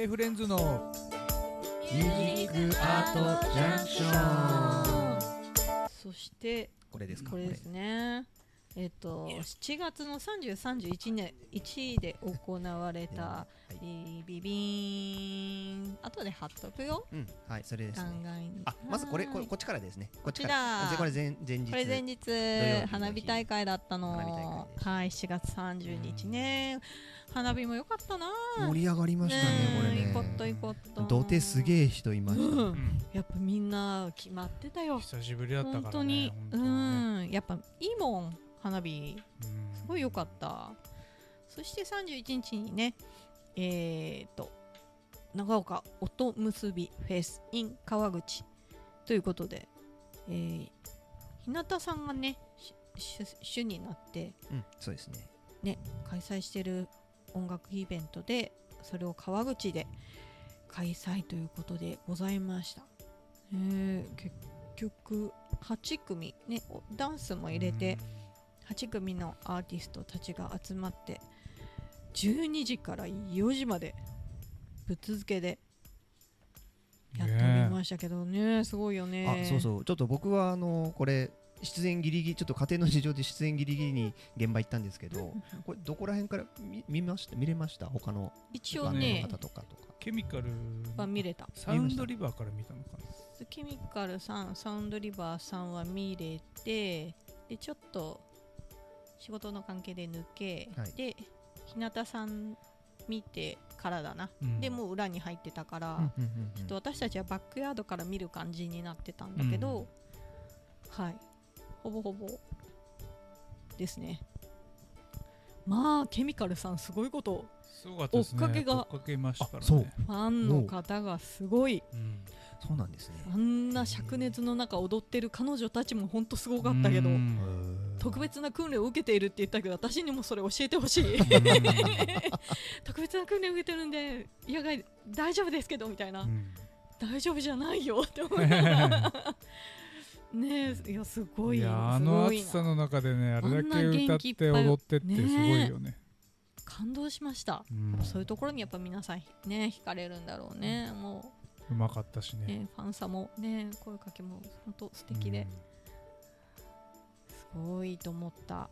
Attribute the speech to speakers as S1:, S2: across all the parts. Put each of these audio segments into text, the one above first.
S1: イフレンズの
S2: ミュージックアートジャンクショ
S3: そして
S1: これですか
S3: これですねえっ、と7月の30、31年1で行われた
S1: はい
S3: ビビビーン後で貼っとくよ
S2: ンうんはいそれです
S3: 考
S2: ね
S3: えに
S2: あまずこれこれこ
S3: こ
S2: っちからですねこ
S3: こっ
S2: っち
S3: ち
S2: から
S3: だ
S2: でこれ前前日
S3: れ前日
S2: 曜日の日
S3: 花火大会だった
S2: 花火大
S3: の
S2: 会で
S3: はい7月30日ね花火も良かったな
S2: 盛り上がりましたね
S3: え
S2: こ
S3: 行こ
S2: れね
S3: っと行こっと
S2: 土手すげえ人いましたね
S3: やっぱみんな決まってたよ
S4: 久しぶりだったからね
S3: 本当に
S4: 本
S3: う
S4: 当ね
S3: んやっぱいいもん花火
S4: うん
S3: すごい良かったそして31日にねえー、と長岡音結びフェス in 川口ということで、えー日向さんがねし主主になって
S2: うんそうですね
S3: ね開催してる音楽イベントでそれを川口で開催ということでございました、えー結局8組ねおダンスも入れて8組のアーティストたちが集まって12時から4時までぶっ続けでやっておりましたけどねすごいよね
S2: あそうそうちょっと僕はあのこれ出演ギリギリちょっと家庭の事情で出演ギリギリに現場行ったんですけどこれどこら辺から見見ました見れました他の
S3: 一応
S2: バンド
S3: ね
S2: の
S3: や
S2: 方とかとか
S4: ケミカル
S3: っぱ見れた
S4: サウンドリバーから見たのか
S3: ケミカルさん、サウンドリバーさんは見れて、で、ちょっと仕事の関係で抜け、
S2: はい
S3: で、日向さん見てからだな。
S4: な
S3: で、もう裏に入ってたから、
S2: うんうんうんうん
S3: ちょっと私たちはバックヤードから見る感じになってたんだけど、はい。ほぼほぼですね。まあ、ケミカルさん、すごいこと。
S4: すごかったですね
S3: 追っかけが
S4: 追っかけましたからね
S2: あそう
S3: ファンの方がすごい。
S4: うん
S2: そうなんですね
S3: あんな灼熱の中踊ってる彼女たちも本当すごかったけど
S4: う、
S2: へ
S4: ん
S2: ー
S3: 特別な訓練を受けているって言ったけど私にもそれ教えてほし い特別な訓練を受けてるんで野外大丈夫ですけどみたいな、
S4: うん
S3: 大丈夫じゃないよって思 いながらねえいやすごい
S4: いやーあ
S3: す
S4: の
S3: ごい
S4: 暑さ
S3: な
S4: の中でねあ
S3: んな
S4: れだけ歌って踊ってってすごいよね
S3: 感動しました
S4: うん
S3: そういうところにやっぱ皆さんね惹かれるんだろうね、も
S4: うまかったし
S3: う
S4: ね
S3: ねファンさもね声かけも本当素敵で、すごいと思った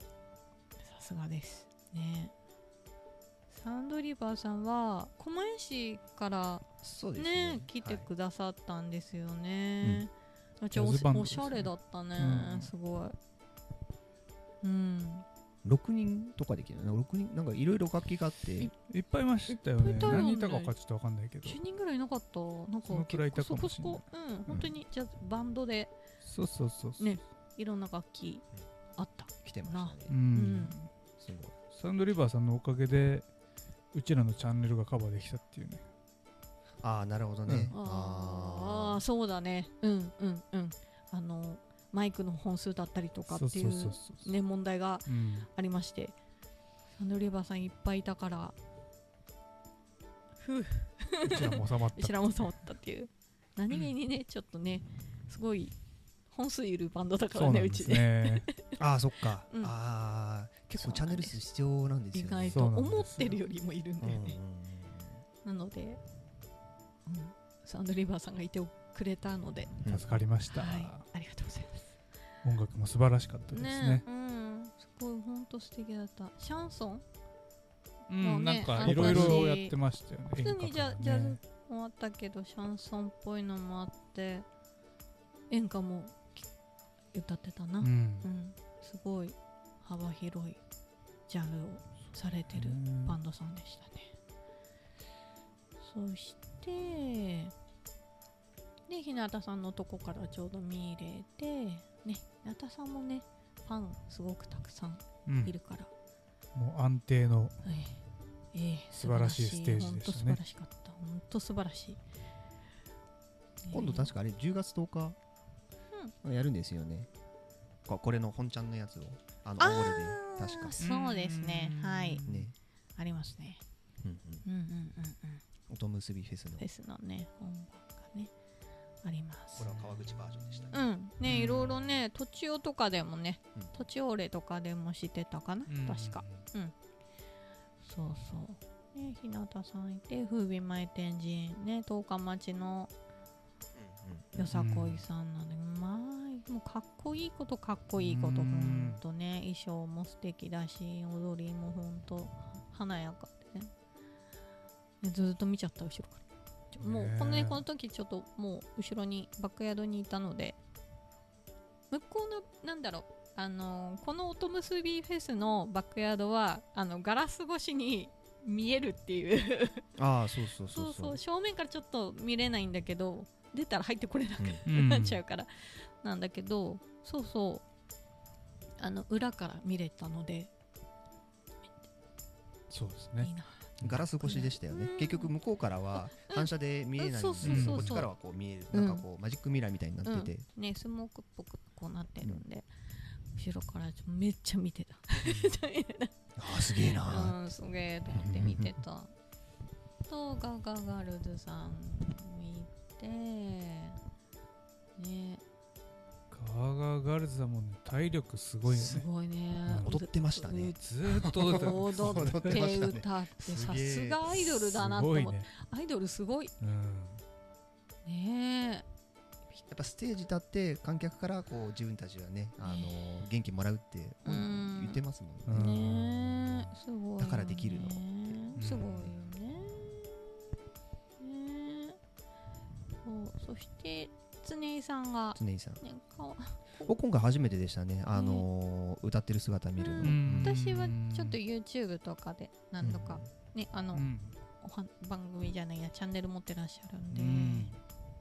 S3: さすがですねサンドリバーさんは狛江市から
S2: そうですね
S3: ね来て
S2: はい
S3: くださったんですよね、あじゃあ
S4: ジャズバンド
S3: おお
S4: です
S3: し
S4: ね
S3: ゃれだったね、
S4: うん
S3: すごいうん
S2: 6人とかできるの6人なんかいろいろ楽器があって
S4: いいっぱいいましたよ
S3: い
S4: ね
S3: っぱいいたよね
S4: 何人いたかはちょっとわかんないけど
S3: 10人ぐらいいなかったなんか
S4: そのくらいいた
S3: 結
S4: か
S3: 構そこ
S4: もし
S3: そ
S4: れない
S3: こうん本当にじゃあバンドで
S4: そうそうそうそう
S3: ねいろんな楽器あった
S2: 来てました
S4: う
S2: ね
S4: ん
S3: う
S2: すごい
S4: サウンドリバーさんのおかげでうちらのチャンネルがカバーできたっていうね
S2: ああなるほどね
S3: あーあ
S2: あ
S3: ーそうだねうんうんうんあのマイクの本数だったりとかってい
S4: そうそううそうそう
S3: ね問題が
S4: うん
S3: ありましてサンドリバーさんいっぱいいたからふう
S4: うちらも収まった
S3: 知らんもさまったっていう何気にねちょっとねすごい本数いるバンドだか
S4: そ
S3: ら
S4: うな
S3: ね
S4: ん
S3: う
S4: で
S3: ち
S4: す
S3: ね
S4: ね
S2: あーそっか
S3: うん
S2: あー結構チ
S3: そ
S2: ャ
S3: う
S2: ン
S3: な
S2: ネ
S3: んで
S2: ル
S3: す
S2: 数必要なんです
S3: 意
S2: よ
S3: 外
S2: ね
S3: と
S4: そうなんですよ
S3: 思ってるよりもいるんだよね
S2: うんうんうん
S3: なので、うん、サンドリバーさんがいてくれたので
S2: うん
S4: 助かりました
S3: はいありがとうございます
S4: 音楽も素晴らしかったですね
S3: えうんすごい本当素敵だったシャンソン
S4: う
S3: もうんね
S4: なんかいろいろやってましたよね
S3: 普通にジャ,、
S4: 演
S3: ジ
S4: 歌とか
S3: ャ
S4: ね
S3: ズもあったけどシャンソンっぽいのもあって演歌もき歌ってたな、う
S4: うんん
S3: すごい幅広いジャンルをされてる
S4: うん
S3: バンドさんでしたね、そしてで日向さんのとこからちょうど見入れてね日向さんもねファンすごくたくさん
S4: うん
S3: いるから、
S4: もう安定の
S3: はいええ
S4: 素晴らしいステージでしたね
S3: 本当素晴らしかった。本当素晴らしい。
S2: 今度確かあれ10月10日やるんですよねここれの本ちゃんのやつをあの
S3: あ
S2: オールで
S3: ー
S2: 確か
S3: そうですね。はい。
S2: ね
S3: ありますね。
S2: うんう
S3: う
S2: ん
S3: んうんうんうん。
S2: 音結びフェスの
S3: フェスのね、本番がね、あります。
S2: は川口バージョンでした
S3: う
S2: ね
S3: ん。ね、いろいろね、土地オとかでもね
S2: うん、
S3: 土地オレとかでもしてたかな
S4: うん。
S3: 確か。そうそう。ね、日向さんいて風美前天神ね十日町のよさこいさんなんで、まあもうかっこいいことかっこいいこ
S4: う
S3: とほ
S4: ん
S3: んとね衣装も素敵だし踊りもほんと華やかでねでずっと見ちゃった後ろからちょもう
S4: ねえ
S3: この,、ね、この時ちょっともう後ろにバックヤードにいたので向こうのなんだろうあのこの音結びフェスのバックヤードはあのガラス越しに見えるっていう
S2: ああそうそうそ
S3: そううそ
S2: そうう
S3: 正面からちょっと見れないんだけど出たら入ってこれなく
S2: うん
S4: うん
S3: なっちゃうから、なんだけどそうそうあの裏から見れたので
S4: そうです
S3: い
S4: ね
S3: いな
S2: ガラス越しでしたよね
S3: うん
S2: 結局向こうからは反射で見えないんで
S3: そう
S2: こ
S4: そうそうそう
S2: っちからはこう見えるなんかこうマジックミラーみたいになってて
S3: ねスモークっぽくこうなってるんで、後ろからちょめっちゃ見てた
S2: ああすげえな
S3: うんすげえと思って見てたとガガガルズさん見てね
S4: 川川ガールズだもんね体力すごいよ
S3: す
S4: ね
S3: ごいね
S2: うん踊ってましたね
S4: ずーっと踊って た
S3: 踊っ
S2: 踊っててましたね
S3: 歌って
S2: す
S3: さ
S2: げえ
S3: すが アイドルだな
S4: す
S3: と
S4: ご
S3: 思
S4: い
S3: って、
S4: ね
S3: アイドルすごい
S4: うん
S3: ね
S2: やっぱステージ立って観客からこう自分たちはねあの元気もらうって
S3: うん
S2: 言ってますもん
S4: う
S3: え
S2: ね
S4: ん
S3: ねえすごいよね
S2: だからできるの
S3: すごいよねねえそうそして常井さんが
S2: 常井さん
S3: ね顔
S2: 僕今回初めてでしたねあの歌ってる姿見るの
S3: う
S2: うん
S3: 私はちょっと YouTube とかで何度か、ねあの、
S4: うん
S3: おは番組じゃないやチャンネル持ってらっしゃるんで、
S4: うん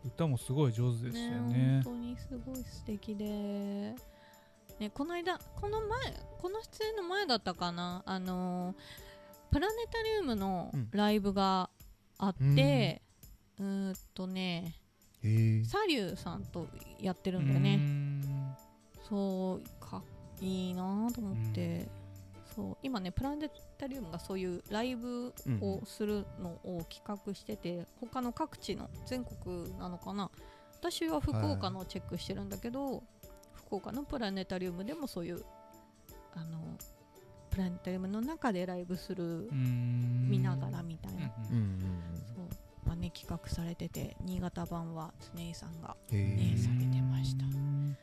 S4: 歌もすごい上手でしたよ
S3: 本
S4: ね
S3: 当にすごい素敵で、ね、この間この前この出演の前だったかなあのプラネタリウムの
S2: うん
S3: ライブがあって、うーんとね
S2: へえ
S3: サリューさんとやって
S4: う
S3: るんだよね、
S4: ん
S3: そうかいいなと思って、そう今ねプラネタリウムがそういうライブをするのを企画してて、他の各地の全国なのかな私は福岡のチェックしてるんだけど、福岡のプラネタリウムでもそういうあのプラネタリウムの中でライブする
S4: うん
S3: 見ながらみたいな、
S2: うんうん
S3: そうまあね、企画されてて新潟版は常井さんが
S2: うんへ
S4: うん
S2: え
S3: ね下げてました
S4: うん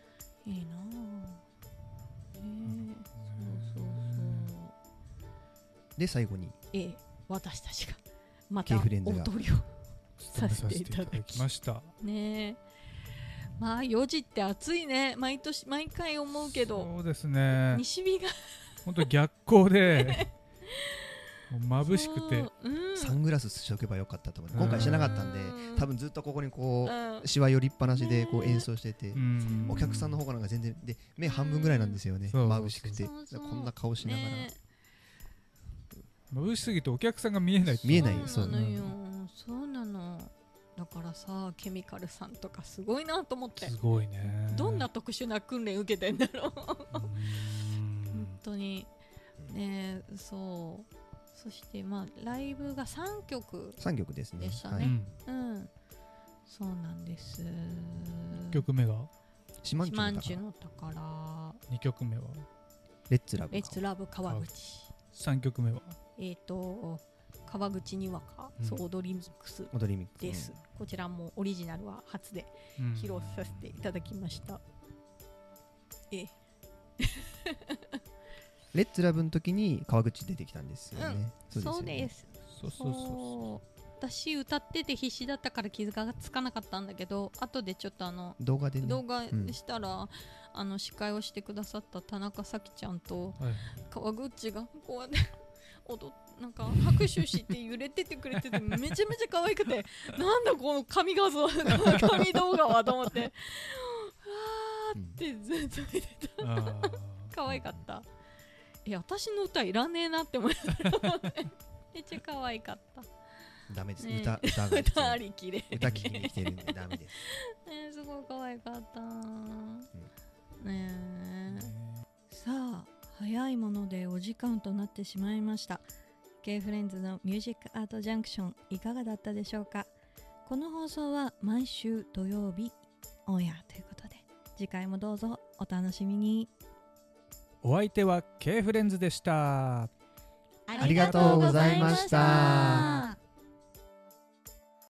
S3: いいなぁ、ねえそうそうそう
S2: で最後に
S3: ええ私たちがまた
S2: K フレンズが
S3: 踊りを
S4: 務めさせていただきました
S3: ねえまあ4時って暑いね毎年毎回思うけど
S4: そうですね
S3: 西日が
S4: 本当逆光 でもう眩しくて
S3: うんうん
S2: サングラスしておけばよかったと思
S4: う
S2: う
S4: ん
S2: 今回してなかったんで
S3: うん
S2: 多分ずっとここにこ
S3: うん
S2: うしわ寄りっぱなしでこう
S3: ねえ
S2: 演奏してて
S4: うん
S2: お客さんの方がなんか全然で目半分ぐらいなんですよね
S4: うん
S2: 眩しく
S3: そ
S2: て
S3: うそうそう
S2: こんな顔しながら
S3: ね
S4: 眩しすぎてお客さんが見えないって
S3: え
S2: 見えない
S3: そうなの
S4: そう
S3: よそうなのだからさケミカルさんとかすごいなと思って
S4: すごいね
S3: どんな特殊な訓練受けてんだろう
S4: うん
S3: 本当にねえそうそしてまあライブが3曲
S2: 3曲ですね
S3: でしたね
S2: は
S4: う
S2: い
S4: ん
S3: うんそうなんです
S4: 一曲目が
S2: 島
S3: シ
S2: んちゅ
S3: マン
S2: の
S3: チュ
S2: 宝
S3: の宝
S4: 二曲目は
S2: レッツラブ
S3: レッツラブ川口
S4: 三曲目は
S3: えっ、と川口にわか、
S4: うん
S3: そう踊りミックス
S2: 踊りミックス
S3: です、こちらもオリジナルは初で
S4: うん
S3: 披露させていただきました、ええ
S2: レッツラブの時に川口出てきたんですよ
S3: うん
S2: ね
S3: そう
S2: よね
S3: です
S4: そうそうそ
S3: 私歌ってて必死だったから傷がつかなかったんだけど後でちょっとあの
S2: 動画でね
S3: 動画
S2: うん
S3: したら、あの司会をしてくださった田中咲ちゃんと
S4: うはい
S3: 川口がこうやって 踊っなんか拍手して揺れててくれててめちゃめちゃ可愛くてなんだこの神画像 神動画はと思ってわーってずっと見てた
S4: あー
S3: 可愛かったえ私の歌いらねえなって思ってめっちゃ可愛かった
S2: ダメです
S3: ねえ
S2: 歌歌 が
S3: 歌ありきで
S2: 歌聞きに来てるんでダメです
S3: ねすごい可愛かった、ねえさあ早いものでお時間となってしまいました K フレンズのミュージックアートジャンクションいかがだったでしょうかこの放送は毎週土曜日オンエアということで次回もどうぞお楽しみに
S4: お相手は K フレンズでした
S2: ありがとうございました